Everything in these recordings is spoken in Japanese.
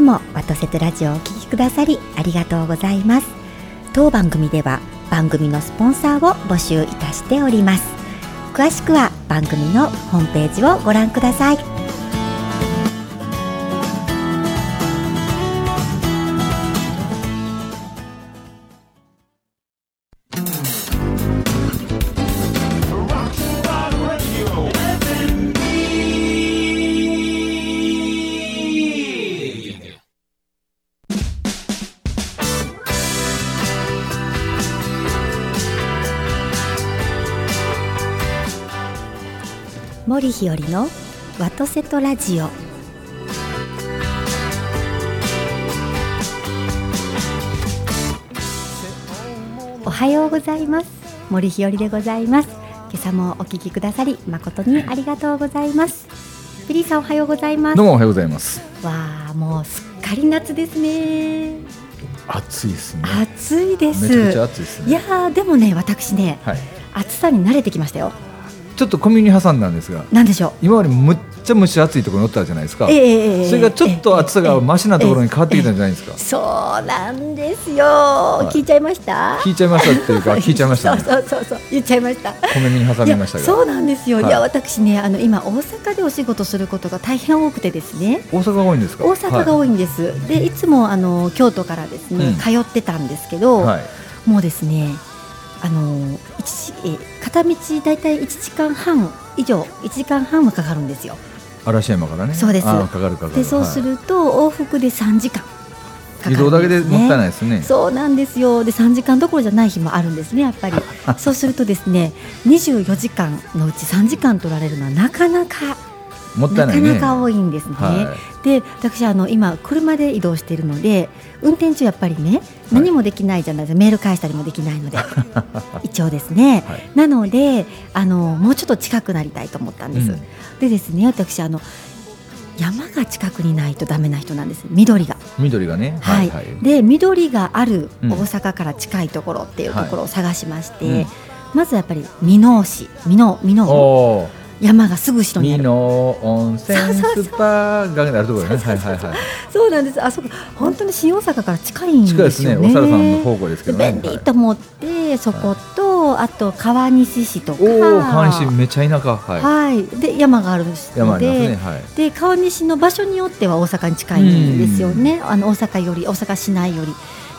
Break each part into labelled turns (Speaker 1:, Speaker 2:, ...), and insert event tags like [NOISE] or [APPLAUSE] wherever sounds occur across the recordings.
Speaker 1: もワトセトラジオをお聞きくださりありがとうございます当番組では番組のスポンサーを募集いたしております詳しくは番組のホームページをご覧ください森日和のワトセトラジオおはようございます森日和でございます今朝もお聞きくださり誠にありがとうございますピリーさんおはようございます
Speaker 2: どう
Speaker 1: わ
Speaker 2: もおはようございます。
Speaker 1: あもうすっかり夏ですね
Speaker 2: 暑いですね。
Speaker 1: 暑いで
Speaker 2: めちゃめちゃ
Speaker 1: す
Speaker 2: 暑いです
Speaker 1: いや
Speaker 2: ね。
Speaker 1: ーでもね私ね
Speaker 2: はい。
Speaker 1: 暑さに慣れてきましたよ
Speaker 2: ちょっと小耳に挟んだんですが、
Speaker 1: なんでしょ
Speaker 2: 今までむっちゃ蒸し暑いところに乗ったじゃないですか
Speaker 1: う。ええ
Speaker 2: それがちょっと暑さがマシなところに変わってきたんじゃないですか。
Speaker 1: そうなんですよ、
Speaker 2: い
Speaker 1: 聞いちゃいました
Speaker 2: 聞いちゃいました
Speaker 1: [LAUGHS]
Speaker 2: っていうか聞いちゃいましたね。
Speaker 1: そうそうそうそう言っちゃいました
Speaker 2: 小耳に挟
Speaker 1: い
Speaker 2: み
Speaker 1: や
Speaker 2: ましたが。
Speaker 1: そうなんですよ、
Speaker 2: はい
Speaker 1: い、や私ねあの今大阪でお仕事することが大変多くてですね
Speaker 2: 大阪が多いんですか。
Speaker 1: 大阪が
Speaker 2: い。
Speaker 1: 多いんです、でいつもあの京都からですね、
Speaker 2: うん
Speaker 1: 通ってたんですけど、
Speaker 2: はい。
Speaker 1: もうですねあの一時え片道だいたい1時間半以上1時間半はかかるんですよ
Speaker 2: 嵐山からね。
Speaker 1: そうです
Speaker 2: あーかかるかかる。
Speaker 1: でそうすると往復で3時間かか
Speaker 2: はい。
Speaker 1: るんすね
Speaker 2: 移動だけでもったいないですね。
Speaker 1: そうなんですよで3時間どころじゃない日もあるんですねやっぱ
Speaker 2: [LAUGHS]
Speaker 1: りそうするとですね24時間のうち3時間取られるのはなかなか、
Speaker 2: もった
Speaker 1: ない
Speaker 2: な
Speaker 1: か
Speaker 2: いね。
Speaker 1: なか多いんですね、
Speaker 2: は
Speaker 1: で私あの今車で移動しているので運転中やっぱりね何もできないじゃないですか、メール返したりもできない
Speaker 2: [LAUGHS]
Speaker 1: ので一応ですね、
Speaker 2: はい
Speaker 1: なのであのもうちょっと近くなりたいと思ったん
Speaker 2: い。
Speaker 1: です、
Speaker 2: うん
Speaker 1: でですね私あの山が近くにないとダメな人なんです緑が
Speaker 2: 緑がね。
Speaker 1: はい
Speaker 2: はい。
Speaker 1: で緑がある
Speaker 2: うん
Speaker 1: 大阪から近いところっていうところを探しまして、
Speaker 2: うん
Speaker 1: まずやっぱり箕面市箕面箕面
Speaker 2: おお。
Speaker 1: 山がすぐ後ろにあ
Speaker 2: 美
Speaker 1: る
Speaker 2: 濃温泉
Speaker 1: そうそうそう
Speaker 2: スパがあるところね。はいはいはい。
Speaker 1: そうなんですあそこ本当に新大阪から近いんです
Speaker 2: 近い
Speaker 1: よ
Speaker 2: で
Speaker 1: ね
Speaker 2: すね、お猿さんの方向ですけどね。
Speaker 1: 便利
Speaker 2: はい
Speaker 1: と思ってそこと、あと川西市とか
Speaker 2: おお、川西めちゃ田舎、はい。
Speaker 1: はいで山があるの
Speaker 2: 山あります
Speaker 1: で、
Speaker 2: ね、はい。
Speaker 1: で川西の場所によっては大阪に近いんですよね、あの大阪より大阪市内より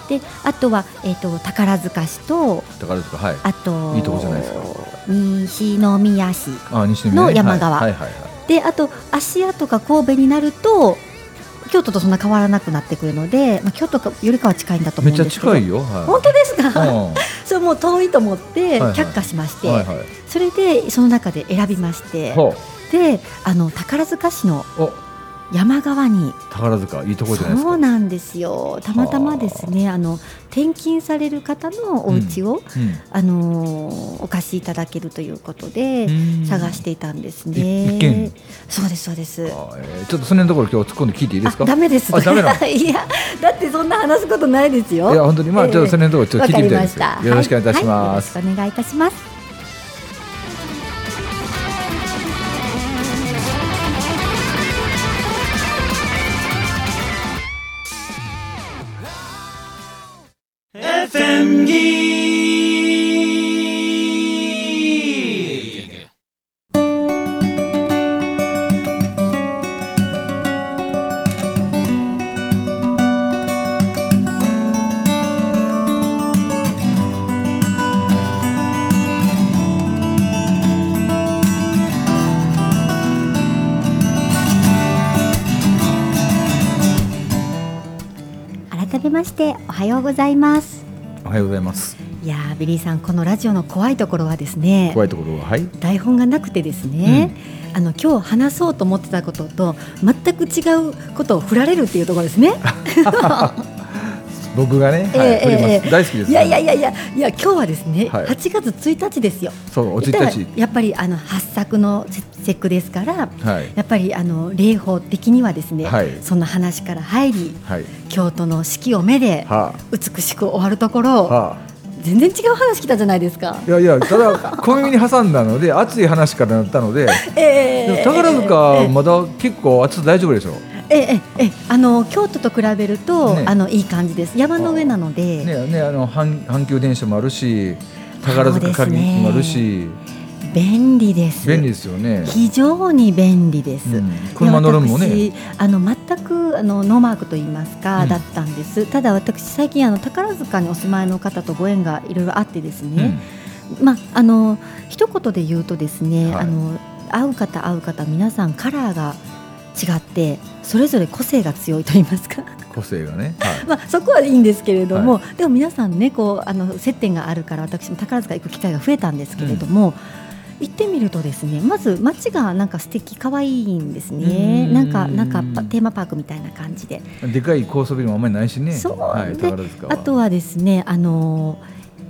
Speaker 1: であとは、えー、と宝塚市と
Speaker 2: 宝塚、はい。
Speaker 1: あと
Speaker 2: いいとこじゃないですか
Speaker 1: 西宮市
Speaker 2: あ、西宮ね
Speaker 1: の山川
Speaker 2: はいはいはいはい。
Speaker 1: であと芦屋とか神戸になると京都とそんな変わらなくなってくるので、まあ、京都かよりかは近いんだと思
Speaker 2: め
Speaker 1: う
Speaker 2: っ
Speaker 1: んで
Speaker 2: ちゃ
Speaker 1: すけど
Speaker 2: 近いよ、はい。
Speaker 1: 本当ですか、
Speaker 2: う
Speaker 1: [LAUGHS] それもう遠いと思って
Speaker 2: はいはい
Speaker 1: 却下しまして、
Speaker 2: んはいは
Speaker 1: それでその中で選びまして
Speaker 2: い。ほ
Speaker 1: であの宝塚市の
Speaker 2: う、お、
Speaker 1: 山側に
Speaker 2: 宝塚、いいとこじゃないです
Speaker 1: そう
Speaker 2: か。
Speaker 1: なんですよたまたまですねあの転勤される方のお家を、あのーお貸しいただけるということで、
Speaker 2: うん
Speaker 1: 探していたんです
Speaker 2: い一軒
Speaker 1: ね。そうですそうです。
Speaker 2: あーえーちょっとその辺のところ、今日突っ込んで聞いていいですか。
Speaker 1: あダメです。
Speaker 2: あダメなの
Speaker 1: [LAUGHS] いやだってそんな話すことないですよ。
Speaker 2: いや、本当に、まあ、
Speaker 1: ええ
Speaker 2: ちょっとその辺のところ、
Speaker 1: わ
Speaker 2: ちょ
Speaker 1: か
Speaker 2: っと聞いて
Speaker 1: り
Speaker 2: みたい
Speaker 1: ま
Speaker 2: で
Speaker 1: し
Speaker 2: す
Speaker 1: た。
Speaker 2: よろしくお願いいたし
Speaker 1: は
Speaker 2: ます。
Speaker 1: はいよろしくお願いいたします。
Speaker 3: FM Geek.
Speaker 1: 改めましておはようございます。
Speaker 2: おはようございます。
Speaker 1: いやービリーさんこのラジオの怖いところはですね。
Speaker 2: 怖いところは、はい。
Speaker 1: 台本がなくてですね、あの今日話そうと思ってたことと全く違うことを振られるっていうところですね。
Speaker 2: 僕がね、は
Speaker 1: ええ
Speaker 2: い、撮り
Speaker 1: え
Speaker 2: ます。大好きです。
Speaker 1: いやいやいやいやいや今日はですね、
Speaker 2: はい
Speaker 1: 8月1日ですよ。
Speaker 2: そう、おちっ
Speaker 1: 言
Speaker 2: た
Speaker 1: った
Speaker 2: ち
Speaker 1: ら。やっぱりあの発作の節句ですから。
Speaker 2: はい。
Speaker 1: やっぱりあの礼法的にはですね、
Speaker 2: はい
Speaker 1: その話から入り
Speaker 2: はい。
Speaker 1: 京都の四季を目で
Speaker 2: は
Speaker 1: 美しく終わるところ、
Speaker 2: あ。はあ。
Speaker 1: 全然違う話来たじゃないですか。
Speaker 2: いやいや、ただ、小耳に挟んだの [LAUGHS] で、熱い話からなったので。
Speaker 1: え
Speaker 2: でも宝塚、まだ結構、熱大丈夫でしょ
Speaker 1: えええええあの京都と比べると、
Speaker 2: ね
Speaker 1: あのいい感じです山の上なので、
Speaker 2: ねねあの阪阪急電車もあるし宝塚歌劇もあるし、
Speaker 1: 便利です
Speaker 2: 便利ですよね。
Speaker 1: 非常に便利です、
Speaker 2: うん車乗るのも
Speaker 1: いや
Speaker 2: ね。
Speaker 1: 私あの全くあのノーマークと言いますか、
Speaker 2: うん
Speaker 1: だったんですただ私最近あの宝塚にお住まいの方とご縁がいろいろあってです
Speaker 2: う
Speaker 1: ね、
Speaker 2: ん
Speaker 1: まああの一言で言うとですね、
Speaker 2: は
Speaker 1: あ
Speaker 2: い
Speaker 1: の会う方会う方皆さんカラーが違ってそれぞれ個性が強いと言いますか
Speaker 2: 個性がね。はい
Speaker 1: まあ、そこはいいんですけれども、でも皆さんねこうあの接点があるから私も宝塚行く機会が増えたんですけれども、行ってみるとですねまず街がなんか素敵可愛いんですね
Speaker 2: うん
Speaker 1: なんかなんかパテーマパークみたいな感じで
Speaker 2: でかい高層ビルもあんまりないしね。
Speaker 1: そう
Speaker 2: は
Speaker 1: で
Speaker 2: い、宝塚は。
Speaker 1: あとはですねあの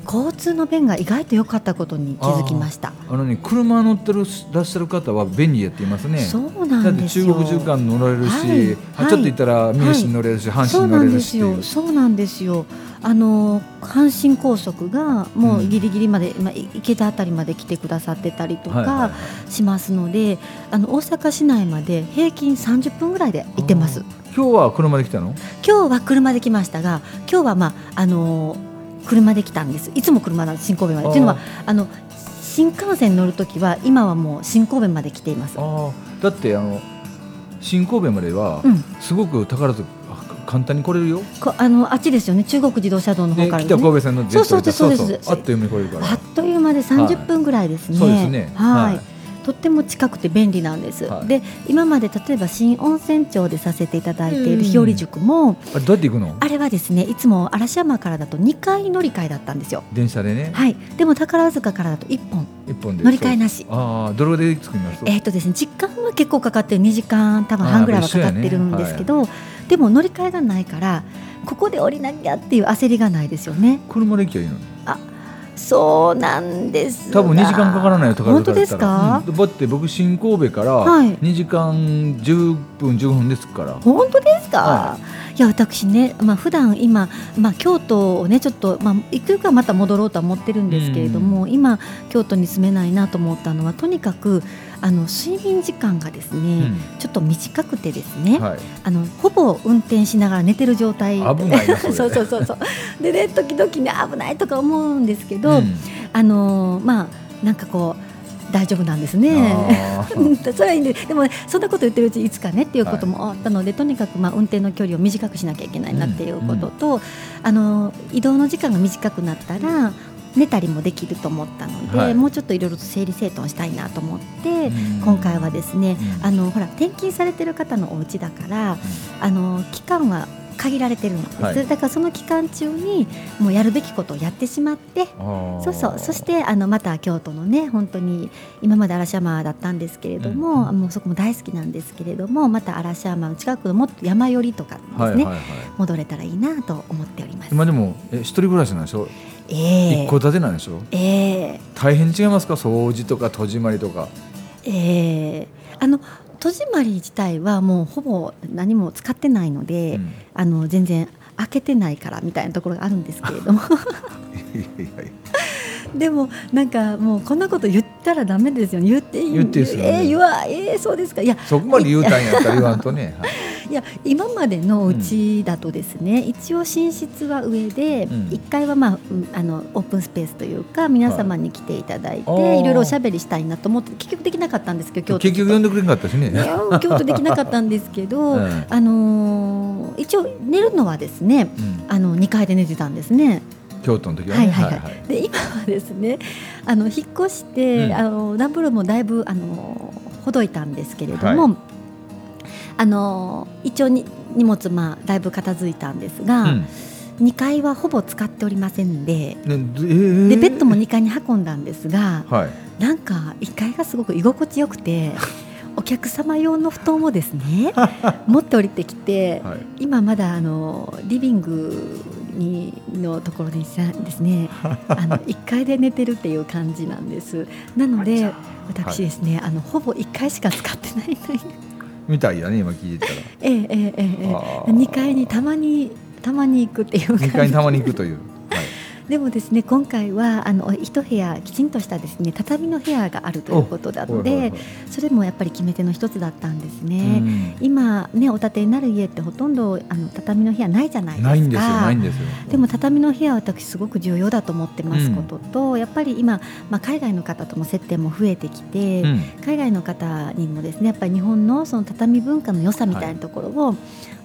Speaker 1: 交通の便が意外と良かったことに気づきました。
Speaker 2: あのね、車乗ってるらっしゃる方は便利やって言いますね。
Speaker 1: そう
Speaker 2: だ
Speaker 1: な
Speaker 2: っ
Speaker 1: ん
Speaker 2: て
Speaker 1: です
Speaker 2: 中
Speaker 1: よ
Speaker 2: 国縦貫乗られるし、
Speaker 1: はい
Speaker 2: あ
Speaker 1: はい
Speaker 2: ちょっと行ったら名神乗れるし、阪
Speaker 1: そう
Speaker 2: 神
Speaker 1: な
Speaker 2: 乗れ
Speaker 1: ん
Speaker 2: る
Speaker 1: です
Speaker 2: しってい
Speaker 1: よ。
Speaker 2: う。
Speaker 1: そうなんですよ。あの阪神高速がもううんギリギリまで、まあい池田あたりまで来てくださってたりとか、
Speaker 2: はいはいはい
Speaker 1: しますので、あの大阪市内まで平均30分ぐらいで行ってます。
Speaker 2: 今日は車で来たの？
Speaker 1: 今日は車で来ましたが、今日はまああのー車で来たんです。いつも車なんです。新神戸まで。というのはあの新幹線乗るときは今はもう新神戸まで来ています
Speaker 2: あ。ーだってあの新神戸までは、
Speaker 1: うん、
Speaker 2: すごく宝塚あ簡単に来れるよ。
Speaker 1: こあのあっちですよね。中国自動車道の方
Speaker 2: で
Speaker 1: から
Speaker 2: 北
Speaker 1: です
Speaker 2: 神
Speaker 1: ね。
Speaker 2: 戸線のジェット
Speaker 1: そうそうそうそうです
Speaker 2: あっという間に来れるから。
Speaker 1: あっという間で30分ぐらいですね。
Speaker 2: そうですね。
Speaker 1: はいとっても近くて便利なんです、
Speaker 2: はい
Speaker 1: で今まで例えば新温泉町でさせていただいている日和塾も
Speaker 2: あれどうやって行くの？
Speaker 1: あれはですねいつも嵐山からだと2回乗り換えだったんですよ
Speaker 2: 電車でね、
Speaker 1: はいでも宝塚からだと1本
Speaker 2: 一本で。
Speaker 1: 乗り換えなし
Speaker 2: そう。ああ、どれで作ります？
Speaker 1: えっ、とですね時間は結構かかってる2時間多分半ぐらいはかかってるんですけど、でも乗り換えがないからここで降りなきゃっていう焦りがないですよね
Speaker 2: 車で行きゃいいのに。
Speaker 1: そうなんです
Speaker 2: 多分2時間かからないよ宝
Speaker 1: 本当
Speaker 2: 塚だ
Speaker 1: で
Speaker 2: っ
Speaker 1: す
Speaker 2: た、、
Speaker 1: から
Speaker 2: うん、だって僕新神戸から
Speaker 1: はい
Speaker 2: 2時間10分15分ですから、
Speaker 1: 本当ですか、、
Speaker 2: はい
Speaker 1: や私ね、まあ普段今、まあ、京都をねちょっと、まあ、いくかまた戻ろうとは思ってるんですけれども、今京都に住めないなと思ったのはとにかくあの睡眠時間がです
Speaker 2: う
Speaker 1: ね、
Speaker 2: ん
Speaker 1: ちょっと短くてですね、
Speaker 2: はい、
Speaker 1: あのほぼ運転しながら寝てる状態
Speaker 2: 危ないよ
Speaker 1: [LAUGHS] そう
Speaker 2: れ
Speaker 1: そうそうそうでね時々ね危ないとか思うんですけど、
Speaker 2: うん
Speaker 1: あのーまあなんかこう大丈夫なんですね。[LAUGHS]
Speaker 2: あー
Speaker 1: うんそれはいいんででも、ね、そんなこと言ってるうちいつかねっていうこともあったので、とにかくまあ運転の距離を短くしなきゃいけないなっていうことと、あの移動の時間が短くなったら寝たりもできると思ったので、
Speaker 2: はい
Speaker 1: もうちょっといろいろと整理整頓したいなと思って、
Speaker 2: うん
Speaker 1: 今回はですね、
Speaker 2: うん
Speaker 1: あのほら転勤されてる方のお家だから、あの期間は限られてるんです、
Speaker 2: はい
Speaker 1: だからその期間中にもうやるべきことをやってしまって
Speaker 2: あー
Speaker 1: そうそうそしてあのまた京都のね本当に今まで嵐山だったんですけれども、
Speaker 2: うん
Speaker 1: もうそこも大好きなんですけれどもまた嵐山の近くのもっと山寄りとかですね、
Speaker 2: はいはいはい
Speaker 1: 戻れたらいいなと思っております。
Speaker 2: 今でもえ一人暮らしなんでしょ、
Speaker 1: え
Speaker 2: 一
Speaker 1: え
Speaker 2: 戸建てなんでしょ
Speaker 1: ええ
Speaker 2: 大変違いますか掃除とか戸締まりとか
Speaker 1: ええあの戸締まり自体はもうほぼ何も使ってないので、
Speaker 2: うん
Speaker 1: あの全然開けてないからみたいなところがあるんですけれ
Speaker 2: [LAUGHS]
Speaker 1: ども
Speaker 2: いやいやいや
Speaker 1: でもなんかもうこんなこと言ったらダメですよね言っていい
Speaker 2: 言っていいですよね
Speaker 1: ええ言わええそうですかいや
Speaker 2: そこまで言うたんやったら言わんとね、はい
Speaker 1: いや今までのうちだとですね、一応寝室は上で、
Speaker 2: うん
Speaker 1: 1階は、まあ、うんあのオープンスペースというか皆様に来ていただいて、
Speaker 2: あー
Speaker 1: い、ろいろおしゃべりしたいなと思って結局できなかったんですけど
Speaker 2: 結局呼ん
Speaker 1: で
Speaker 2: でくれんかったしね
Speaker 1: 京都できなかったんですけど、
Speaker 2: [LAUGHS] うん
Speaker 1: あのー一応寝るのはですね
Speaker 2: うん
Speaker 1: あの2階で寝てたんですね。
Speaker 2: 京都の時は
Speaker 1: はい
Speaker 2: ね
Speaker 1: はいはい。で今はですね、あの引っ越して、
Speaker 2: うん
Speaker 1: あのダブルもだいぶあのほどいたんですけれども、
Speaker 2: は
Speaker 1: あの一応に荷物まあだいぶ片付いたんですが、
Speaker 2: うん
Speaker 1: 2階はほぼ使っておりませんで。
Speaker 2: ねでえー
Speaker 1: でベッドも2階に運んだんですが
Speaker 2: はい
Speaker 1: なんか1階がすごく居心地よく
Speaker 2: [LAUGHS]
Speaker 1: てお客様用の布団をですね持って降りてきて
Speaker 2: はい
Speaker 1: 今まだあのリビングにのところにさです
Speaker 2: [LAUGHS]
Speaker 1: ねあの1階で寝てるっていう感じなんですなの
Speaker 2: あじ
Speaker 1: で
Speaker 2: ゃ
Speaker 1: 私ですね、あのほぼ1階しか使って
Speaker 2: [LAUGHS]
Speaker 1: ないのに
Speaker 2: みたいやね今聞いてた
Speaker 1: えええええ
Speaker 2: ら
Speaker 1: え2階にたまにたまに行くっていう
Speaker 2: 二階
Speaker 1: 感
Speaker 2: に
Speaker 1: じ
Speaker 2: たまに行くという、はい、
Speaker 1: [LAUGHS] でもですね今回はあの一部屋きちんとしたですね畳の部屋があるということな [LAUGHS] ので、
Speaker 2: はいはいはい
Speaker 1: それもやっぱり決め手の一つだったんです
Speaker 2: う
Speaker 1: ね。
Speaker 2: ん
Speaker 1: 今ねお建てになる家ってほとんどあの畳の部屋ないじゃないですか。
Speaker 2: ないんですよないんですよ
Speaker 1: でも畳の部屋は私すごく重要だと思ってま
Speaker 2: う
Speaker 1: す
Speaker 2: ん
Speaker 1: ことと、やっぱり今、まあ、海外の方との接点も増えてきて、
Speaker 2: うん
Speaker 1: 海外の方にもですねやっぱり日本のその畳文化の良さみたいなところを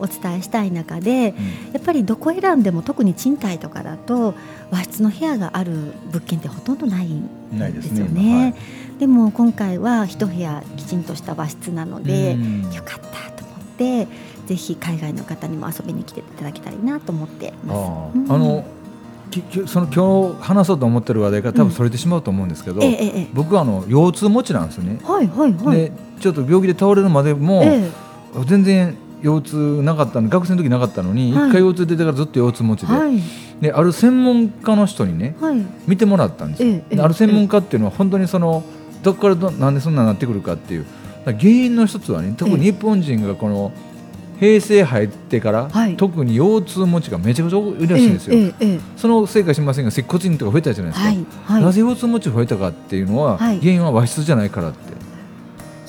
Speaker 1: お伝えしたい中で、やっぱりどこ選んでも特に賃貸とかだと和室の部屋がある物件ってほとんどないん
Speaker 2: うんないで
Speaker 1: ですす
Speaker 2: ね
Speaker 1: よね。
Speaker 2: 今はい
Speaker 1: でも今回は一部屋きちんとした和室なので、
Speaker 2: うん
Speaker 1: よかったと思ってぜひ海外の方にも遊びに来ていただけたらいいなと思ってます。
Speaker 2: あ
Speaker 1: うん
Speaker 2: ーあのききその今日話そうと思ってる話題が多分それてしまうと思うんですけど、
Speaker 1: えええええ
Speaker 2: 僕はあの腰痛持ちなんですよね
Speaker 1: え、はいはいはい。
Speaker 2: でちょっと病気で倒れるまでも、
Speaker 1: え
Speaker 2: 全然腰痛なかったの学生の時なかったのに一、
Speaker 1: はい
Speaker 2: 回腰痛出てからずっと腰痛持
Speaker 1: え
Speaker 2: ちで,、
Speaker 1: はい
Speaker 2: である専門家の人にね
Speaker 1: はい
Speaker 2: 見てもらったんですよ、
Speaker 1: ええええ
Speaker 2: である専門家っていうのは本当にそのどこからどなんでそんなになってくるかっていうだから原因の一つはね特に日本人がこの平成入ってから、
Speaker 1: はい
Speaker 2: 特に腰痛持ちがめちゃくちゃ多いらしいんですよ、
Speaker 1: ええええええ
Speaker 2: そのせいかしませんが接骨院とか増えたじゃないですか、
Speaker 1: はいはい。
Speaker 2: なぜ腰痛持ち増えたかっていうのは、
Speaker 1: はい
Speaker 2: 原因は和室じゃないからってで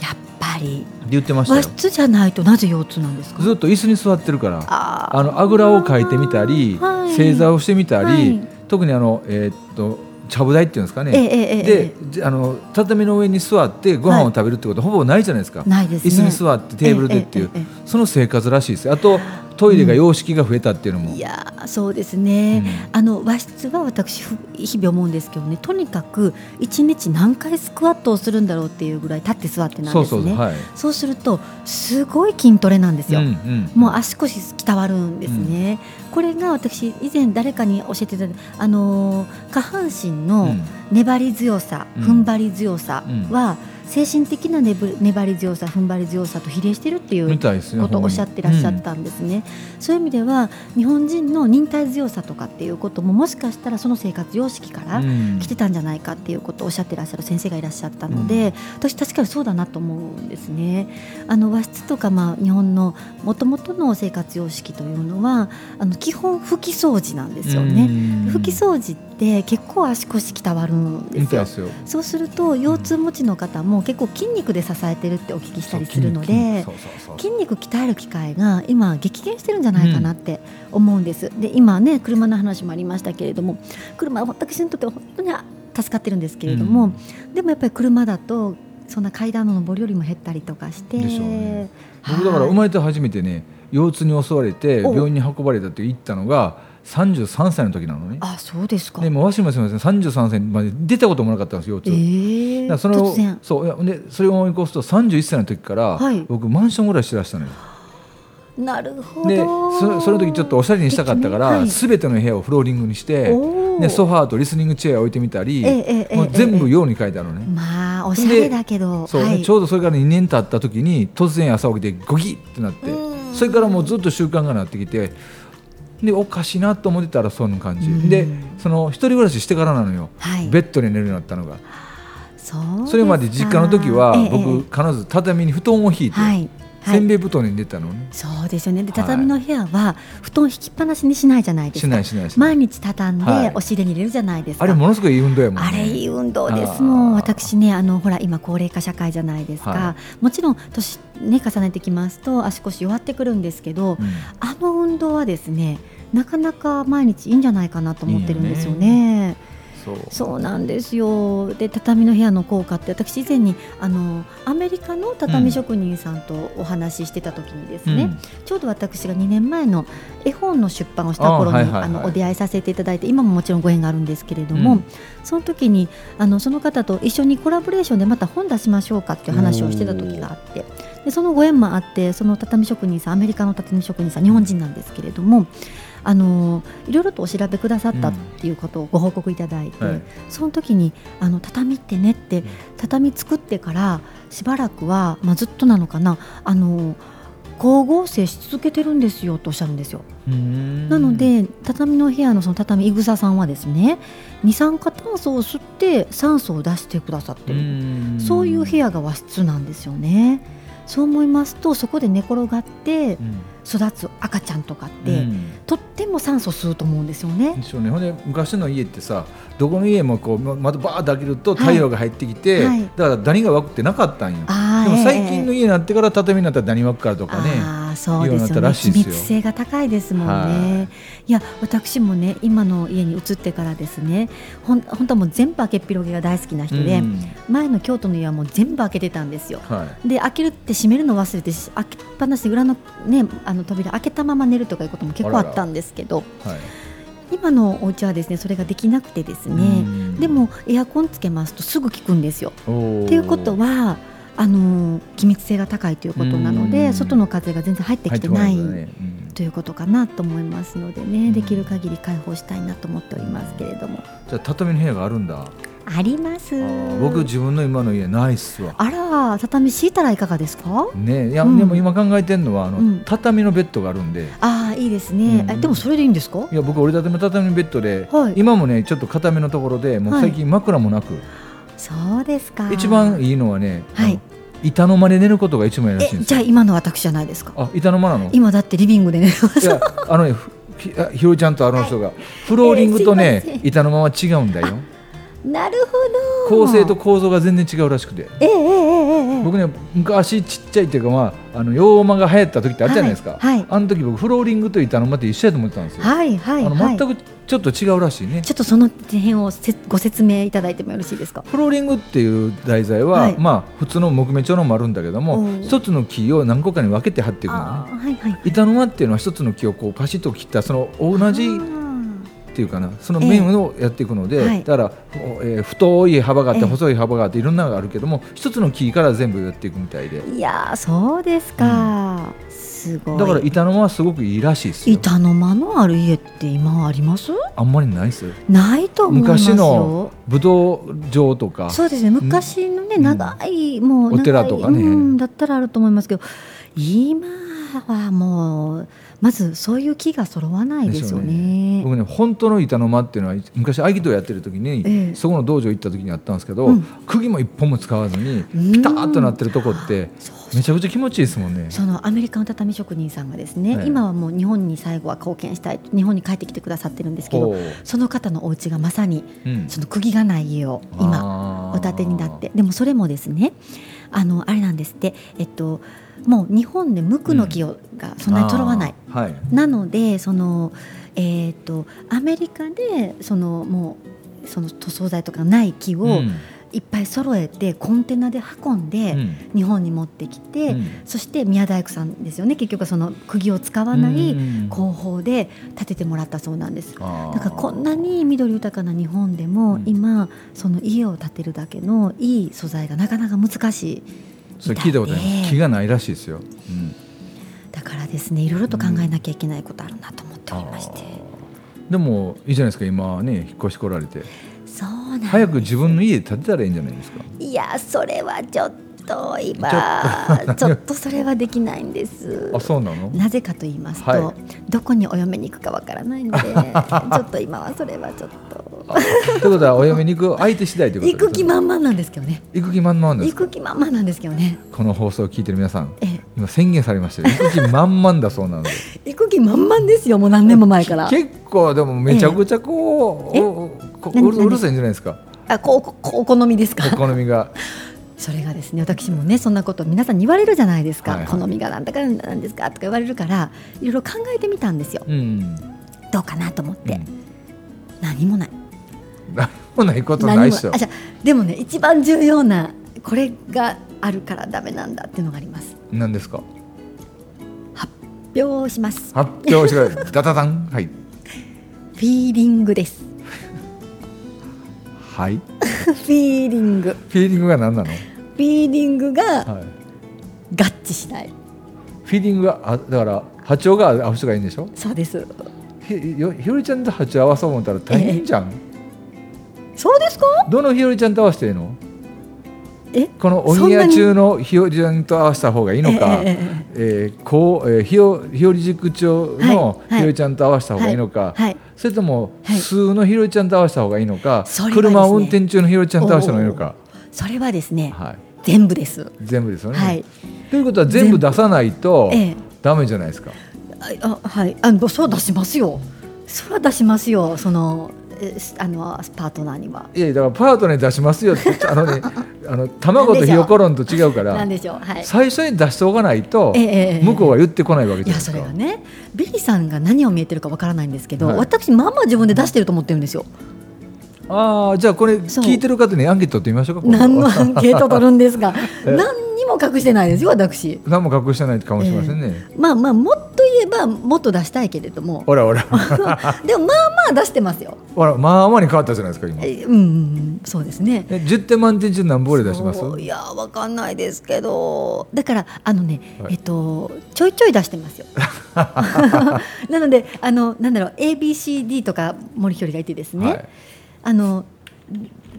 Speaker 1: やっぱり
Speaker 2: 言ってました
Speaker 1: 和
Speaker 2: よ
Speaker 1: 室じゃないとなぜ腰痛なんですか。
Speaker 2: ずっと椅子に座ってるから
Speaker 1: あー
Speaker 2: あのあぐらをかいてみたり、
Speaker 1: はい
Speaker 2: 正座をしてみたり、
Speaker 1: はい
Speaker 2: 特にあの、えーっとちゃぶ台っていうんですか
Speaker 1: ええ
Speaker 2: ね、
Speaker 1: ええええ
Speaker 2: でじあの畳の上に座ってご飯を食べるってこと、ほぼないじゃないですか
Speaker 1: ないですね。
Speaker 2: 椅子に座ってテーブルでっていう、
Speaker 1: ええええ
Speaker 2: その生活らしいですよあとトイレが様式が増えたっていうのも、
Speaker 1: いやーそうですね。
Speaker 2: うん
Speaker 1: あの和室は私ふ日々思うんですけどねとにかく一日何回スクワットをするんだろうっていうぐらい立って座ってなんです
Speaker 2: そ
Speaker 1: ね
Speaker 2: うそうそうはい、
Speaker 1: そうするとすごい筋トレなんですよ、
Speaker 2: ん
Speaker 1: もう足腰きたわるんですね、これが私以前誰かに教えていただいたあのー下半身
Speaker 2: う
Speaker 1: の
Speaker 2: ん
Speaker 1: 粘り強さ、
Speaker 2: うん
Speaker 1: 踏ん張り強さは、精神的なねぶ粘り強さ踏ん張り強さと比例してるっていう
Speaker 2: みたいですよ
Speaker 1: ことをおっしゃってらっしゃっ、
Speaker 2: ほんま
Speaker 1: たんですね、そういう意味では日本人の忍耐強さとかっていうことももしかしたらその生活様式から
Speaker 2: にうん
Speaker 1: 来てたんじゃないかっていうことをおっしゃってらっしゃる先生がいらっしゃったので、私確かにそうだなと思うんですねあの和室とかまあ日本のもともとの生活様式というのはあの基本拭き掃除なんですよね、
Speaker 2: うん
Speaker 1: 拭き掃除って結構足腰きたわるんで
Speaker 2: み
Speaker 1: す
Speaker 2: たい
Speaker 1: よ
Speaker 2: ですよ
Speaker 1: そうすると腰痛持ちの方も結構筋肉で支えてるってお聞きしたりするので、
Speaker 2: そう筋肉そうそうそう
Speaker 1: 筋肉鍛える機会が今激減してるんじゃないかなって思うんです、で今ね車の話もありましたけれども車は私にとっては本当に助かってるんですけれども、でもやっぱり車だとそんな階段の上りよりも減ったりとかして
Speaker 2: でしょうね
Speaker 1: はい
Speaker 2: 僕だから生まれて初めてね腰痛に襲われて
Speaker 1: お
Speaker 2: 病院に運ばれたって言ったのが33歳の時なのね
Speaker 1: あそうですか
Speaker 2: でもうわしもすみません33歳まで出たこともなかったんです
Speaker 1: え
Speaker 2: 腰痛、
Speaker 1: ー
Speaker 2: だからそれ
Speaker 1: 突
Speaker 2: を
Speaker 1: 然
Speaker 2: そういやでそれを思い越すと31歳の時から、
Speaker 1: はい
Speaker 2: 僕マンションぐらいしてらしたのよ
Speaker 1: なるほど
Speaker 2: でそその時ちょっとおしゃれにしたかったから、
Speaker 1: 素
Speaker 2: 全ての部屋をフローリングにしてでソ
Speaker 1: フ
Speaker 2: ファーとリスニングチェア置いてみたり、
Speaker 1: ええええ
Speaker 2: もう全部
Speaker 1: ええ
Speaker 2: 用に書いてあるのね、
Speaker 1: まあおしゃれだけど
Speaker 2: そう、
Speaker 1: はい
Speaker 2: ちょうどそれから2年経った時に突然朝起きてゴキッってなって
Speaker 1: うん
Speaker 2: それからもうずっと習慣がなってきてでおかしいなと思ってたらそんな感じ、
Speaker 1: うん
Speaker 2: でその一人暮らししてからなのよ、
Speaker 1: はい
Speaker 2: ベッドで寝るようになったのが
Speaker 1: そうですか
Speaker 2: それまで実家の時は
Speaker 1: ええええ
Speaker 2: 僕彼女畳に布団を引いて、
Speaker 1: はいはい
Speaker 2: せんべい布団に寝てたのね、
Speaker 1: そうですよねで
Speaker 2: はい
Speaker 1: 畳の部屋は布団引きっぱなしにしないじゃないです
Speaker 2: し
Speaker 1: か、
Speaker 2: ないしないしな
Speaker 1: 毎
Speaker 2: い
Speaker 1: 日畳ん
Speaker 2: は
Speaker 1: で
Speaker 2: い
Speaker 1: 押し入れに入れるじゃないですか、
Speaker 2: あれものすごいいい運動やもんね
Speaker 1: あれいい運動です
Speaker 2: あー
Speaker 1: もう私ねあのほら今高齢化社会じゃないですか、
Speaker 2: は
Speaker 1: もちろん年ね重ねてきますと足腰弱ってくるんですけど、
Speaker 2: うん
Speaker 1: あの運動はですねなかなか毎日いいんじゃないかなと思ってるんですよね
Speaker 2: いいそう
Speaker 1: そうなんですよで畳の部屋の効果って私以前にあのアメリカの畳職人さんとお話ししてた時にですね、
Speaker 2: うん
Speaker 1: ちょうど私が2年前の絵本の出版をした頃に
Speaker 2: あ
Speaker 1: あ、
Speaker 2: はいはいはい
Speaker 1: のお出会いさせていただいて今ももちろんご縁があるんですけれども、
Speaker 2: うん
Speaker 1: その時にあのその方と一緒にコラボレーションでまた本出しましょうかっていう話をしてた時があってでそのご縁もあってその畳職人さんアメリカの畳職人さん日本人なんですけれどもあのいろいろとお調べくださったっていうことをご報告いただいて、
Speaker 2: はい
Speaker 1: その時にあの畳ってねって畳作ってからしばらくは、まあ、ずっとなのかなあの光合成し続けてるんですよとおっしゃるんですよ。
Speaker 2: うん
Speaker 1: なので畳の部屋のその畳いぐささんはですね二酸化炭素を吸って酸素を出してくださって
Speaker 2: う
Speaker 1: る、
Speaker 2: ん
Speaker 1: そういう部屋が和室なんですよね。そう思いますとそこで寝転がって
Speaker 2: うん
Speaker 1: 育つ赤ちゃんとかって、
Speaker 2: うん
Speaker 1: とっても酸素吸うと思うんですよね
Speaker 2: で。しょうね、ほんで昔の家ってさどこの家もこうま窓バーッと開けると太陽が入ってきて、
Speaker 1: はいはい
Speaker 2: だからダニが湧くってなかったんよ
Speaker 1: あ
Speaker 2: で
Speaker 1: ー
Speaker 2: も最
Speaker 1: ええ
Speaker 2: 近の家になってから畳になったらダニ湧くからとかね
Speaker 1: ああそうで
Speaker 2: ようにな
Speaker 1: す
Speaker 2: った
Speaker 1: よね
Speaker 2: らしい
Speaker 1: 気
Speaker 2: ですよ
Speaker 1: 密性が高いですもんね、、
Speaker 2: はい
Speaker 1: や私もね今の家に移ってからですねほん本当はもう全部開けっぴろげが大好きな人で、
Speaker 2: うん
Speaker 1: 前の京都の家はもう全部開けてたんですよ
Speaker 2: はい
Speaker 1: で開けるって閉めるの忘れてし開けっぱなしで裏の,、ね、あの扉開けたまま寝るとかいうことも結構あったんですけど
Speaker 2: はい
Speaker 1: 今のお家はですねそれができなくてです
Speaker 2: う
Speaker 1: ね、
Speaker 2: ん
Speaker 1: でもエアコンつけますとすぐ効くんですよ
Speaker 2: おー
Speaker 1: っていうことはあのー気密性が高いということなの
Speaker 2: う
Speaker 1: で
Speaker 2: ん
Speaker 1: 外の風が全然入ってき
Speaker 2: 入っててこ
Speaker 1: ない
Speaker 2: んだねうん
Speaker 1: ということかなと思いますのでね、
Speaker 2: うん
Speaker 1: できる限り開放したいなと思っておりますけれども
Speaker 2: じゃあ畳の部屋があるんだ
Speaker 1: あります
Speaker 2: あー僕自分の今の家ないっすわ
Speaker 1: あら畳敷いたらいかがですか
Speaker 2: ねいや、
Speaker 1: うん
Speaker 2: でも今考えてるのはあの、
Speaker 1: うん
Speaker 2: 畳のベッドがあるんで
Speaker 1: ああいいですね、
Speaker 2: うん
Speaker 1: えでもそれでいいんですか
Speaker 2: いや僕折りたたみの畳のベッドで、
Speaker 1: はい
Speaker 2: 今もねちょっと固めのところでもう最近枕もなく、
Speaker 1: そうですか
Speaker 2: 一番いいのはね、
Speaker 1: はい
Speaker 2: あの板の間で寝ることが一番いいらしいん
Speaker 1: え
Speaker 2: です
Speaker 1: じゃあ今の私じゃないですか
Speaker 2: あ板の間なの
Speaker 1: 今だってリビングで寝てま
Speaker 2: い
Speaker 1: す
Speaker 2: やあのねふひあひろちゃんとあの人が、フローリングと
Speaker 1: えーすいま
Speaker 2: ね
Speaker 1: せん
Speaker 2: 板の間は違うんだよ
Speaker 1: [LAUGHS] なるほど
Speaker 2: 構成と構造が全然違うらしくて
Speaker 1: ええええええ
Speaker 2: 僕ね昔ちっちゃいっていうかまああの洋間が流行った時ってあったじゃないですか、
Speaker 1: はいはい
Speaker 2: あの時僕フローリングと板の間って一緒やと思ってたんですよ、
Speaker 1: はいはい
Speaker 2: あの
Speaker 1: はい
Speaker 2: 全くちょっと違うらしいね
Speaker 1: ちょっとその辺をせご説明いただいてもよろしいですか
Speaker 2: フローリングっていう題材は、
Speaker 1: はい
Speaker 2: まあ普通の木目調のもあるんだけど
Speaker 1: うん
Speaker 2: も一つの木を何個かに分けて貼っていくの
Speaker 1: あ
Speaker 2: ね
Speaker 1: ーはいはい
Speaker 2: 板の間っていうのは一つの木をこうパシッと切ったその同じ
Speaker 1: あー
Speaker 2: っていうかなその面をやっていくので、
Speaker 1: ええはい
Speaker 2: だから、えー太い幅があっ
Speaker 1: え
Speaker 2: て
Speaker 1: え
Speaker 2: 細い幅があっていろんなのがあるけども一つの木から全部やっていくみたいで
Speaker 1: いやーそうですか、すごい
Speaker 2: だから板の間はすごくいいらしいですよ
Speaker 1: 板の間のある家って今あります
Speaker 2: あんまりないですよ
Speaker 1: ないと思いますよ
Speaker 2: 昔の武道場とか
Speaker 1: そうですね昔のね
Speaker 2: うん
Speaker 1: 長い、もう
Speaker 2: お寺とかね
Speaker 1: 長いうんだったらあると思いますけど今はもうまずそういう木が揃わないですよね
Speaker 2: 僕ね本当の板の間っていうのは昔合気道やってる時に、
Speaker 1: ええ
Speaker 2: そこの道場行った時にあったんですけど、
Speaker 1: うん
Speaker 2: 釘も一本も使わずに
Speaker 1: うん
Speaker 2: ピタッとなってるとこって
Speaker 1: そう
Speaker 2: めちゃくちゃ気持ちいいですもんね。
Speaker 1: そのアメリカの畳職人さんがですね、
Speaker 2: ええ
Speaker 1: 今はもう日本に最後は貢献したい日本に帰ってきてくださってるんですけ
Speaker 2: こ
Speaker 1: ど
Speaker 2: う
Speaker 1: その方のお家がまさに
Speaker 2: うん
Speaker 1: その釘がない家を今
Speaker 2: あー
Speaker 1: お建てになってでもそれもですねあのあれなんですって、えっと、もう日本で無垢の木をがそんなに揃わない、
Speaker 2: あーはい
Speaker 1: なのでその、えーっとアメリカでそのもうその塗装剤とかない木を
Speaker 2: うん
Speaker 1: いっぱい揃えてコンテナで運ん
Speaker 2: う
Speaker 1: で
Speaker 2: ん
Speaker 1: 日本に持ってきて、
Speaker 2: うん
Speaker 1: そして宮大工さんですよね結局はその釘を使わない
Speaker 2: うん
Speaker 1: 工法で建ててもらったそうなんです。
Speaker 2: あー
Speaker 1: だからこんなに緑豊かな日本でも、
Speaker 2: うん
Speaker 1: 今その家を建てるだけのいい素材がなかなか難しい
Speaker 2: それ聞いたことない、
Speaker 1: ええ
Speaker 2: 気がないらしいですよ、うん
Speaker 1: だからですねいろいろと考えなきゃいけないことあるなと思っておりまして、
Speaker 2: でもいいじゃないですか今ね引っ越し来られて
Speaker 1: そうなんです
Speaker 2: 早く自分の家建てたらいいんじゃないですか
Speaker 1: いやそれはちょっと今 [LAUGHS] ちょっとそれはできないんです
Speaker 2: あそうなの
Speaker 1: なぜかと言いますと、
Speaker 2: はい
Speaker 1: どこにお嫁に行くかわからないんでち
Speaker 2: [LAUGHS]
Speaker 1: ょっと今はそれはちょっと
Speaker 2: ということはお嫁に行く相手次第という
Speaker 1: 行
Speaker 2: こと
Speaker 1: く
Speaker 2: です
Speaker 1: 気
Speaker 2: ね
Speaker 1: 満々なんですけどね
Speaker 2: 行く気満々なんで
Speaker 1: 行
Speaker 2: すか
Speaker 1: く気満々なんですけどね
Speaker 2: この放送を聞いてる皆さん
Speaker 1: ええ
Speaker 2: 今宣言されましたよ行く気満々だそうなので
Speaker 1: 行く気満々ですよもう何年も前から
Speaker 2: 結構でもめちゃくちゃこう、
Speaker 1: ええ
Speaker 2: おこ
Speaker 1: 何
Speaker 2: うる
Speaker 1: 何
Speaker 2: うるさいんじゃないですか
Speaker 1: あこうこうお好みです
Speaker 2: お
Speaker 1: か
Speaker 2: 好みが
Speaker 1: それがですね私もねそんなこと皆さんに言われるじゃないですか、
Speaker 2: はいはい
Speaker 1: 好みがなんだかなんですかとか言われるからいろいろ考えてみたんですよ
Speaker 2: うん、
Speaker 1: どうかなと思って、
Speaker 2: うん
Speaker 1: 何もない
Speaker 2: 何もないこと
Speaker 1: 何も
Speaker 2: ないっしょ
Speaker 1: あじゃあでもね一番重要なこれがあるからダメなんだっていうのがあります
Speaker 2: 何ですか
Speaker 1: 発表します
Speaker 2: 発表してくださいダダダンはい
Speaker 1: フィーリングです
Speaker 2: はい
Speaker 1: フィーリングフ
Speaker 2: フィーリングが何なの、
Speaker 1: ィーリングが
Speaker 2: はい、
Speaker 1: 合致しない
Speaker 2: フィーリングがあだから波長が合う人がいいんでしょ
Speaker 1: そうです
Speaker 2: ひよひよりちゃんと波長合わそう思ったら大変じゃん、
Speaker 1: そうですか
Speaker 2: どのひよりちゃんと合わせていいの
Speaker 1: え
Speaker 2: このお
Speaker 1: そん
Speaker 2: み
Speaker 1: な
Speaker 2: や
Speaker 1: に
Speaker 2: 中のひよりちゃんと合わせた方がいいのか、
Speaker 1: えええ
Speaker 2: えーこうえーひよひより塾長の
Speaker 1: はい
Speaker 2: ひよりちゃんと合わせた方がいいのか、
Speaker 1: はい
Speaker 2: それとも
Speaker 1: はい
Speaker 2: 普通のひよりちゃんと合わせた方がいいのか、
Speaker 1: それはですね
Speaker 2: 車を運転中のひよりちゃんと合わせた方がいいのか、
Speaker 1: それはですね、
Speaker 2: はい、
Speaker 1: 全部です
Speaker 2: 全部ですよね、
Speaker 1: はい
Speaker 2: ということは全部出さないと
Speaker 1: ええ
Speaker 2: ダメじゃないですか、
Speaker 1: あはいあのそう出しますよそれは出しますよそのえすあのパートナーにはい
Speaker 2: やだからパートナーに出しますよってあのねあの卵とひよころんと違うか
Speaker 1: な
Speaker 2: ら
Speaker 1: んでしょうはい
Speaker 2: 最初に出しておかないと
Speaker 1: ええええ
Speaker 2: 向こうは言ってこないわけ
Speaker 1: い
Speaker 2: じゃ
Speaker 1: や
Speaker 2: ないで
Speaker 1: そ
Speaker 2: すか
Speaker 1: れがねベリーさんが何を見えてるかわからないんですけど、
Speaker 2: はい
Speaker 1: 私まあまあ自分で出してると思ってるんですよ
Speaker 2: ああじゃあこれ
Speaker 1: そう
Speaker 2: 聞いてる方にアンケート取ってみましょうかこれ
Speaker 1: 何のアンケート取るんですが
Speaker 2: [LAUGHS] え
Speaker 1: 何にも隠してないですよ私
Speaker 2: [LAUGHS] 何も隠してないかもしれませんね、
Speaker 1: まあまあもっと言えばもっと出したいけれども
Speaker 2: ほらほら
Speaker 1: [LAUGHS] でもまあまあ出してますよ
Speaker 2: ほらまあまあに変わったじゃないですか今え
Speaker 1: えうんうんそうですね
Speaker 2: 10点満点中何ボール出します
Speaker 1: そういやわかんないですけどだからあのね、
Speaker 2: はい
Speaker 1: えっとちょいちょい出して
Speaker 2: [LAUGHS]
Speaker 1: ますよなのであのなんだろう ABCD とか森ひよりがいてですね、
Speaker 2: はい
Speaker 1: あの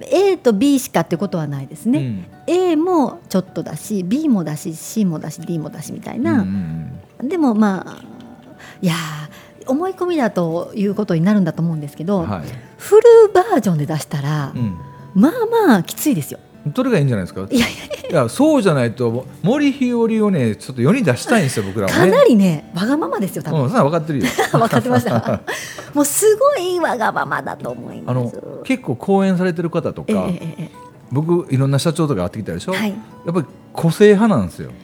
Speaker 1: A と B しかってことはないです
Speaker 2: う
Speaker 1: ね、
Speaker 2: ん
Speaker 1: A もちょっとだし B もだし C もだし D もだしみたいな、
Speaker 2: うんうん
Speaker 1: でもまあいやー思い込みだということになるんだと思うんですけ
Speaker 2: う
Speaker 1: ど、
Speaker 2: んは
Speaker 1: フルバージョンで出したら、
Speaker 2: い、
Speaker 1: まあまあきついですよ。
Speaker 2: うん、どれがいいんじゃないですか
Speaker 1: いやい
Speaker 2: いやそうじゃないと森日和をねちょっと世に出したいんですよ僕らは
Speaker 1: か
Speaker 2: ね
Speaker 1: なりねわがままですよ多分、 [LAUGHS]
Speaker 2: うん、そんなの分かってるよ
Speaker 1: 分かってました
Speaker 2: [LAUGHS]
Speaker 1: もうすごいわがままだと思い
Speaker 2: あ
Speaker 1: ま
Speaker 2: の
Speaker 1: す
Speaker 2: 結構講演されてる方と
Speaker 1: ええ
Speaker 2: か、
Speaker 1: えええ
Speaker 2: 僕いろんな社長とか会ってきたでし
Speaker 1: え
Speaker 2: ょ、
Speaker 1: はい
Speaker 2: やっぱり個性派なんですよ、ね、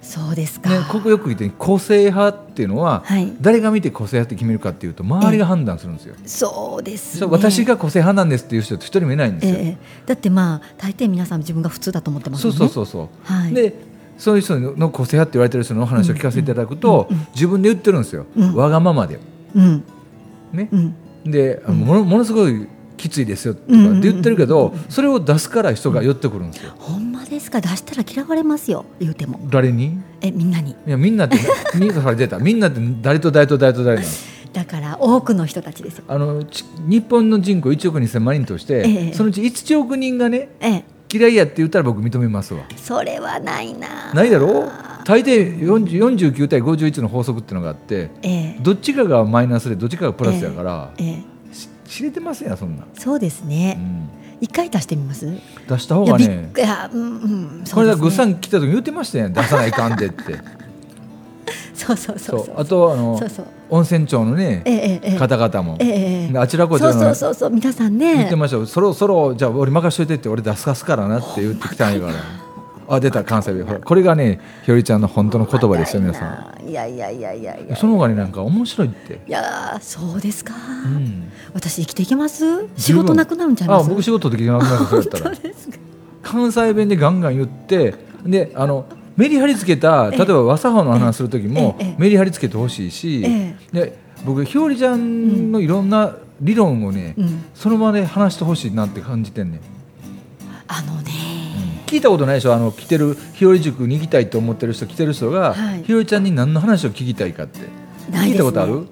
Speaker 1: そうですか、
Speaker 2: ここよく言って個性派っていうのは、
Speaker 1: はい
Speaker 2: 誰が見て個性派って決めるかっていうと周りが判断するんですよ、
Speaker 1: そうです、
Speaker 2: そ
Speaker 1: ね、
Speaker 2: う私が個性派なんですっていう人って一人もいないんで
Speaker 1: え
Speaker 2: す
Speaker 1: え
Speaker 2: よ、
Speaker 1: ええだってまあ大抵皆さん自分が普通だと思ってます
Speaker 2: そ
Speaker 1: よ
Speaker 2: う
Speaker 1: ね
Speaker 2: そうそうそう、
Speaker 1: はい
Speaker 2: でそういう人の個性派って言われてる人のお話を聞かせていただくと、
Speaker 1: うんうんうん
Speaker 2: 自分で言ってるんですよ、
Speaker 1: うん
Speaker 2: わがままで
Speaker 1: うん
Speaker 2: ね
Speaker 1: うん
Speaker 2: で、あの
Speaker 1: うん
Speaker 2: ものものすごいきついですよとか
Speaker 1: うんうんうん
Speaker 2: って言ってるけど、それを出すから人が寄ってくるんですよ。
Speaker 1: ほんまですか出したら嫌われますよ言うても
Speaker 2: 誰に
Speaker 1: えみんなに
Speaker 2: いやみんなってみんな [LAUGHS] から出たみんなって誰と誰と誰と誰なんです
Speaker 1: だから多くの人たちですよ
Speaker 2: あのち日本の人口1億2000万人として、
Speaker 1: ええ
Speaker 2: そのうち1億人がね
Speaker 1: ええ
Speaker 2: 嫌いやって言ったら僕認めますわ
Speaker 1: それはないな
Speaker 2: ないだろう大抵40 49対51の法則っていうのがあって
Speaker 1: ええ
Speaker 2: どっちかがマイナスでどっちかがプラスやから、
Speaker 1: ええ
Speaker 2: し知れてますやんそんな、
Speaker 1: そうです
Speaker 2: う
Speaker 1: ね
Speaker 2: ん、
Speaker 1: 一回出してみます
Speaker 2: 出した方
Speaker 1: いや
Speaker 2: が
Speaker 1: びっ
Speaker 2: ね
Speaker 1: くいやうんうん
Speaker 2: これだぐさ
Speaker 1: ん
Speaker 2: ん来た時言ってましたやん出さないかんでって。
Speaker 1: そうそう [LAUGHS] そ
Speaker 2: そうう
Speaker 1: そう
Speaker 2: あとあの
Speaker 1: そうそう
Speaker 2: 温泉町のね
Speaker 1: ええええええ
Speaker 2: 方々も
Speaker 1: ええええ
Speaker 2: あちらこち
Speaker 1: そう
Speaker 2: らの
Speaker 1: そうそうそう皆さんね
Speaker 2: 言ってましたよそろそろじゃあ俺任しといてって俺出すかすからなって言ってきたんやからあ出た関西弁ほらこれがねひよりちゃんの本当の言葉ですよ皆さ
Speaker 1: んいやいやいやいやい
Speaker 2: ん
Speaker 1: や
Speaker 2: その他になんか面白いって
Speaker 1: いやーそうですか、
Speaker 2: うん
Speaker 1: 私生きていけます仕
Speaker 2: 十分
Speaker 1: 事なくなるんちゃい
Speaker 2: あ
Speaker 1: ます
Speaker 2: 僕仕事できなくなるそうやったら
Speaker 1: [LAUGHS] そうですか
Speaker 2: 関西弁でガンガン言ってであのメリハリつけた例えば和作法の話する時も
Speaker 1: ええええ
Speaker 2: メリハリつけてほしいし
Speaker 1: え
Speaker 2: で僕ひよりちゃんのいろんな理論をね
Speaker 1: うん
Speaker 2: その場で話してほしいなって感じてんねん
Speaker 1: あのね
Speaker 2: 聞いたことないでしょあの来てる日和塾に行きたいと思ってる人来てる人が、
Speaker 1: はい
Speaker 2: ひよりちゃんに何の話を聞きたいかって
Speaker 1: ないですね
Speaker 2: 聞いたことある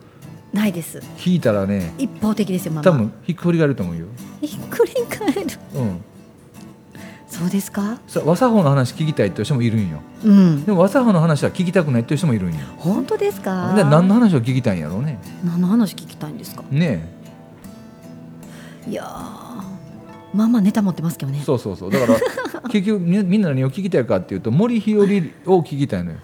Speaker 1: ないです
Speaker 2: 聞いたらね
Speaker 1: 一方的ですよママ
Speaker 2: 多分ひっくり返ると思うよ、
Speaker 1: ひっくり返る
Speaker 2: うん、
Speaker 1: そうですか
Speaker 2: さ和作法の話聞きたいっていう人もいるんよ
Speaker 1: うん
Speaker 2: でも和作法の話は聞きたくないっていう人もいるんよ
Speaker 1: 本当ですか
Speaker 2: で何の話を聞きたいんやろうね
Speaker 1: 何の話聞きたいんですか
Speaker 2: ね
Speaker 1: いやーまあまあネタ持ってますけど
Speaker 2: え
Speaker 1: ね
Speaker 2: そうそうそうだから [LAUGHS] 結局みみんな何を聞きたいかっていうと森日和を聞きたいのよ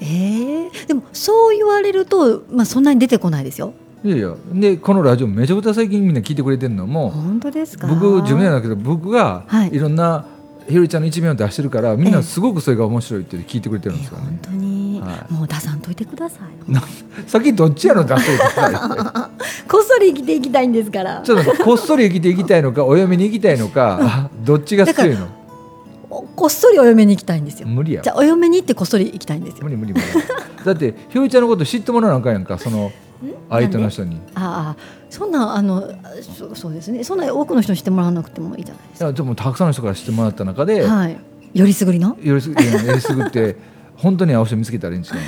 Speaker 1: えー、でもそう言われると、まあ、そんなに出てこないですよ
Speaker 2: いやいやでこのラジオめちゃくちゃ最近みんな聞いてくれてるのも
Speaker 1: 本当ですか
Speaker 2: 僕自分じゃないけど僕が
Speaker 1: はい
Speaker 2: いろんなひよりちゃんの一面を出してるからみん
Speaker 1: ええ
Speaker 2: なすごくそれが面白いって聞いてくれてるんですよ
Speaker 1: 本
Speaker 2: ね。
Speaker 1: 当に、
Speaker 2: はい
Speaker 1: もう出さんといてください
Speaker 2: な先どっちやの出してくださ
Speaker 1: [LAUGHS]
Speaker 2: いって
Speaker 1: こっそり生きていきたいんですから
Speaker 2: ちょっとこっそり生きていきたいのかお嫁に行きたい
Speaker 1: [LAUGHS]
Speaker 2: のかどっちが強いの
Speaker 1: おこっそりお嫁に行きたいんですよ
Speaker 2: 無理や
Speaker 1: じゃあお嫁に行ってこっそり行きたいんですよ
Speaker 2: 無理無理無理だってひよりちゃんのこと知ってもらわなあかんやんかその相手の人に。
Speaker 1: ああそんなあのそそうですねそんな多くの人にしてもらわなくてもいいじゃないで
Speaker 2: い
Speaker 1: す
Speaker 2: やでもたくさんの人から知ってもらった中で、
Speaker 1: かはいよりすぐりの
Speaker 2: よりすぐいやよりすぐって本当に青人見つけたらいいんですよ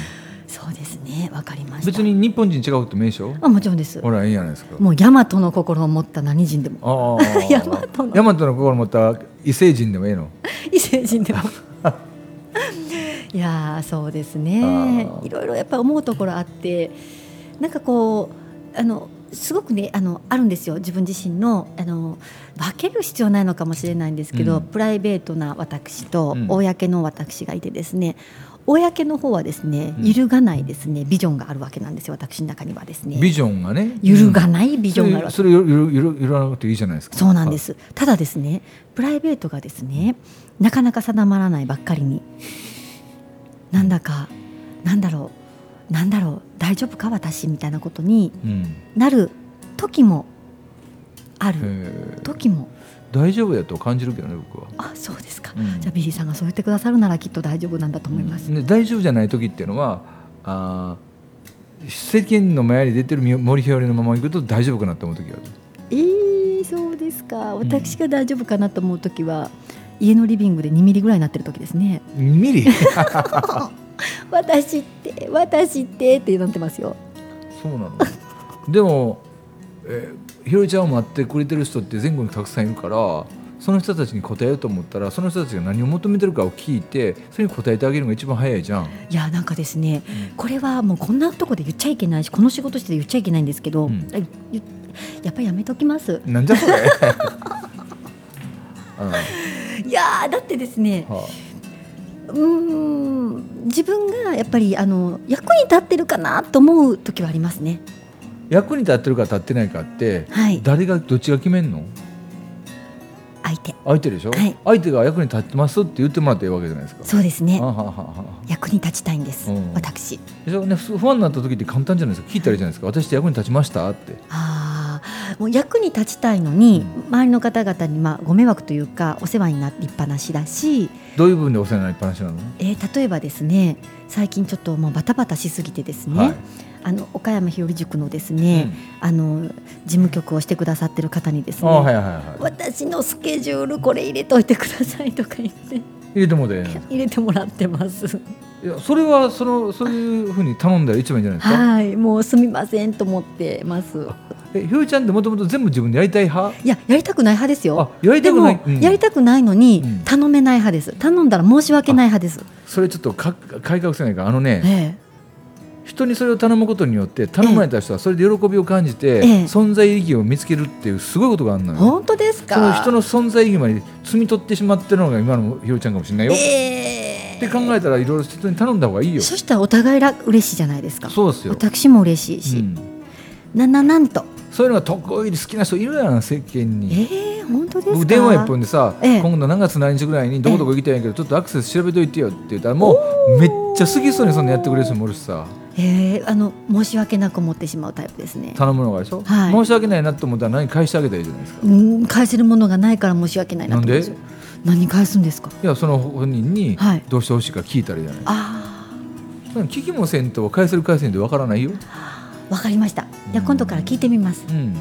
Speaker 1: そうですねわかりました
Speaker 2: 別に日本人違うって名称
Speaker 1: あもちろんです
Speaker 2: ほらいいじゃないですか。
Speaker 1: もうヤマトの心を持った何人でも
Speaker 2: ああ
Speaker 1: [LAUGHS] ヤマトの
Speaker 2: ヤマトの心持った異星人でもええの
Speaker 1: [LAUGHS] 異星人
Speaker 2: [LAUGHS]
Speaker 1: でもいやーそうですね
Speaker 2: あー
Speaker 1: いろいろやっぱ思うところあってなんかこうあのすごくねあのあるんですよ自分自身のあの分ける必要ないのかもしれないんですけど、
Speaker 2: うん
Speaker 1: プライベートな私と
Speaker 2: うん
Speaker 1: 公の私がいてですね、公の方はですね
Speaker 2: うん
Speaker 1: 揺るがないですねビジョンがあるわけなんですよ私の中にはですね
Speaker 2: ビジョンがね
Speaker 1: 揺るがないビジョンがあるわけ
Speaker 2: それそれ揺る揺る揺らなくていいじゃないですか
Speaker 1: そうなんですただですねプライベートがですねなかなか定まらないばっかりになんだかなんだろうなんだろう大丈夫か私みたいなことに
Speaker 2: はい、うん
Speaker 1: なる時もある
Speaker 2: えー
Speaker 1: 時も
Speaker 2: 大丈夫やと感じるけどね僕は、
Speaker 1: あそうですか
Speaker 2: うん
Speaker 1: じゃあビリーさんがそう言ってくださるならきっと大丈夫なんだと思います、
Speaker 2: で大丈夫じゃない時っていうのはあー世間の前に出てる森ひよりのまま行くと大丈夫かなと思う時がある
Speaker 1: えー、そうですか私が大丈夫かなと思う時は、家のリビングで2ミリぐらいになってる時ですね
Speaker 2: ミリ
Speaker 1: 私って私ってってなってますよ
Speaker 2: そうなのでも、えー、ひろりちゃんを待ってくれてる人って全国にたくさんいるからその人たちに答えようと思ったらその人たちが何を求めてるかを聞いてそれに答えてあげるのが一番早いじゃん、
Speaker 1: いやなんかですね
Speaker 2: う
Speaker 1: これはもうこんなとこで言っちゃいけないしこの仕事して言っちゃいけないんですけど、
Speaker 2: うん
Speaker 1: あゆやっぱりやめときます
Speaker 2: ん、なんじゃ [LAUGHS] それ、うん
Speaker 1: いやーだってですね
Speaker 2: は
Speaker 1: うーん自分がやっぱりあの役に立ってるかなと思う時はありますね
Speaker 2: あ、役に立ってるか立ってないかって
Speaker 1: はい
Speaker 2: 誰がどっちが決めんの
Speaker 1: 相手
Speaker 2: 相手でしょ、
Speaker 1: はい
Speaker 2: 相手が役に立ってますって言ってもらっていいわけじゃないですか
Speaker 1: そうですね
Speaker 2: あははは
Speaker 1: 役に立ちたいんです、
Speaker 2: うん
Speaker 1: 私
Speaker 2: でしょねふ不安になった時って簡単じゃないですか聞いたらいいじゃないですか私って役に立ちましたって
Speaker 1: あーもう役に立ちたいのに、周りの方々にまあご迷惑というかお世話になりっぱなしだし、
Speaker 2: どういう部分でお世話になりっぱなしなの、
Speaker 1: えー例えばですね最近ちょっともうバタバタしすぎてですね、
Speaker 2: はい、
Speaker 1: あの岡山日和塾のです
Speaker 2: う
Speaker 1: ね、
Speaker 2: ん
Speaker 1: あの事務局をしてくださってる方にですね、
Speaker 2: あはいはいはい
Speaker 1: 私のスケジュールこれ入れといてくださいとか言って
Speaker 2: 入れてもでええの
Speaker 1: 入れてもらってます。
Speaker 2: いやそれはそのそういうふうに頼んだら一番いいんじゃないですか、
Speaker 1: はい、もうすみませんと思ってます。
Speaker 2: えひよりちゃんってもともと全部自分でやりたい派
Speaker 1: いや、やりたくない派ですよ。
Speaker 2: あやりた
Speaker 1: で
Speaker 2: くない
Speaker 1: も、
Speaker 2: うん
Speaker 1: やりたくないの
Speaker 2: う
Speaker 1: に
Speaker 2: ん
Speaker 1: 頼めない派です頼んだら申し訳ない派です、
Speaker 2: それちょっとか改革せないからあのね
Speaker 1: え
Speaker 2: 人にそれを頼むことによって頼まれた人はそれで喜びを感じ
Speaker 1: え
Speaker 2: て、
Speaker 1: え
Speaker 2: 存在意義を見つけるっていうすごいことがあるの
Speaker 1: え、
Speaker 2: よ
Speaker 1: 本当ですか
Speaker 2: その人の存在意義まで摘み取ってしまってるのが今のひろちゃんかもしれないよ。
Speaker 1: ええ
Speaker 2: って考えたらいろいろ人に頼んだ方がいいよ。
Speaker 1: そしたらお互いら嬉しいじゃないですか
Speaker 2: そうですよ、
Speaker 1: 私も嬉しいし、
Speaker 2: うん
Speaker 1: なななんと
Speaker 2: そういうのが得意で好きな人いるやん世間に。
Speaker 1: ええ本当ですか
Speaker 2: 僕電話一本でさ、
Speaker 1: ええ
Speaker 2: 今度何月何日ぐらいにどこどこ行きたいんやけど、ちょっとアクセス調べといてよって言ったらもうめっちゃ好きそうにそんなやってくれる人もおるしさ
Speaker 1: ええあの申し訳なく思ってしまうタイプですね
Speaker 2: 頼むのがでしょ、
Speaker 1: はい
Speaker 2: 申し訳ないなと思ったら何返してあげたらいいじゃないですか、
Speaker 1: うん返せるものがないから申し訳ないなと思うんすよ
Speaker 2: な
Speaker 1: 何返すんですか
Speaker 2: いやその本人に
Speaker 1: はい
Speaker 2: どうしてほしいか聞いたらいいじゃない、
Speaker 1: あ
Speaker 2: そんなん聞きもせんと返せる返せんでわからないよ
Speaker 1: あわかりましたじゃあ今度から聞いてみます
Speaker 2: うん、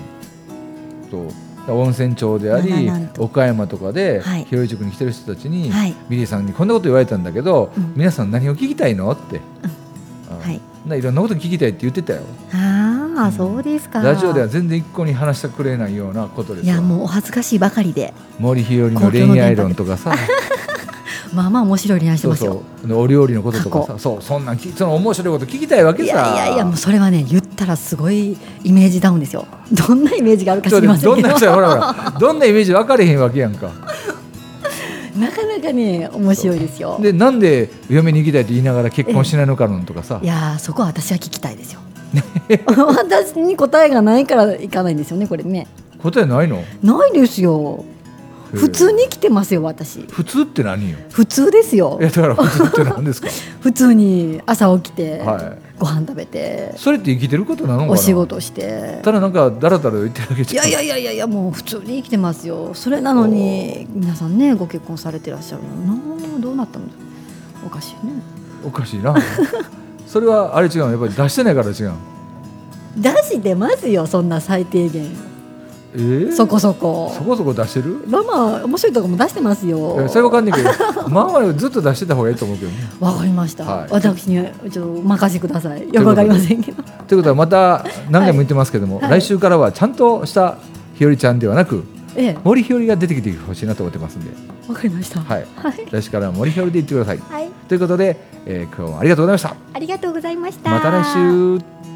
Speaker 2: そう温泉町であり
Speaker 1: なななんと
Speaker 2: 岡山とかで、
Speaker 1: はい
Speaker 2: 広い塾に来てる人たちに、
Speaker 1: はい
Speaker 2: ミリーさんにこんなこと言われたんだけど、
Speaker 1: うん
Speaker 2: 皆さん何を聞きたいのって、あ
Speaker 1: はい
Speaker 2: ないろんなこと聞きたいって言ってたよ
Speaker 1: ああ、
Speaker 2: うん
Speaker 1: そうですか
Speaker 2: ラジオでは全然一向に話してくれないようなことです
Speaker 1: い
Speaker 2: よ
Speaker 1: やもうお恥ずかしいばかりで
Speaker 2: 森ひよりの恋愛論とかさ
Speaker 1: まあまあ面白い恋愛して
Speaker 2: そ
Speaker 1: ま
Speaker 2: う
Speaker 1: すよ
Speaker 2: そうお料理のこととかさそうそんなんきその面白いこと聞きたいわけ
Speaker 1: い
Speaker 2: さ
Speaker 1: やいやいやもうそれはね言ったらすごいイメージダウンですよどんなイメージがあるか
Speaker 2: ち
Speaker 1: 知
Speaker 2: ょっ
Speaker 1: り
Speaker 2: と
Speaker 1: ません
Speaker 2: ど
Speaker 1: け
Speaker 2: ん
Speaker 1: ど
Speaker 2: な
Speaker 1: な
Speaker 2: 人やほらほらどんなイメージ分かれへんわけやんか
Speaker 1: [LAUGHS] かなかね面白いですよ
Speaker 2: でなんで嫁に行きたいって言いながら結婚しないのか論とかさ
Speaker 1: いやーそこは私は聞きたいですよ [LAUGHS] 私に答えがないから行かないんですよねこれね
Speaker 2: 答えないの
Speaker 1: ないですよ普通に来てますよ私
Speaker 2: 普通って何よ
Speaker 1: 普通ですよ
Speaker 2: いやだから普通って何で
Speaker 1: [LAUGHS]
Speaker 2: すか
Speaker 1: 普通に朝起きて、
Speaker 2: は
Speaker 1: ご飯食べて
Speaker 2: いそれって生きてることなのかな
Speaker 1: お仕事して
Speaker 2: ただなんかだらだら言ってるだけ
Speaker 1: い
Speaker 2: じゃ
Speaker 1: や
Speaker 2: ん
Speaker 1: いやいやいやいやもう普通に生きてますよそれなのに皆さんねご結婚されてらっしゃるのなどうなったのおかしいね
Speaker 2: おかしいなそれはあれ違うのやっぱり出してないから違うの
Speaker 1: 出してますよそんな最低限
Speaker 2: えー、
Speaker 1: そこそこ
Speaker 2: そこそこ出してる
Speaker 1: まあまあ面白いとこも出してます
Speaker 2: いや
Speaker 1: よ
Speaker 2: それわかんないけど
Speaker 1: [LAUGHS]
Speaker 2: まあまあずっと出してた方がいいと思うけどね
Speaker 1: わかりました、
Speaker 2: はい
Speaker 1: 私にはちょっとお任せくださいよくわかりませんけど
Speaker 2: ということはまた何回も言ってますけども、
Speaker 1: はいはい
Speaker 2: 来週からはちゃんとしたひよりちゃんではなく
Speaker 1: ええ
Speaker 2: 森ひよりが出てきてほしいなと思ってますんで、
Speaker 1: わかりました
Speaker 2: はい、
Speaker 1: はい、
Speaker 2: 来週からは森ひよりで言ってください
Speaker 1: はい、
Speaker 2: ということで、えー今日もありがとうございました
Speaker 1: ありがとうございました
Speaker 2: また来週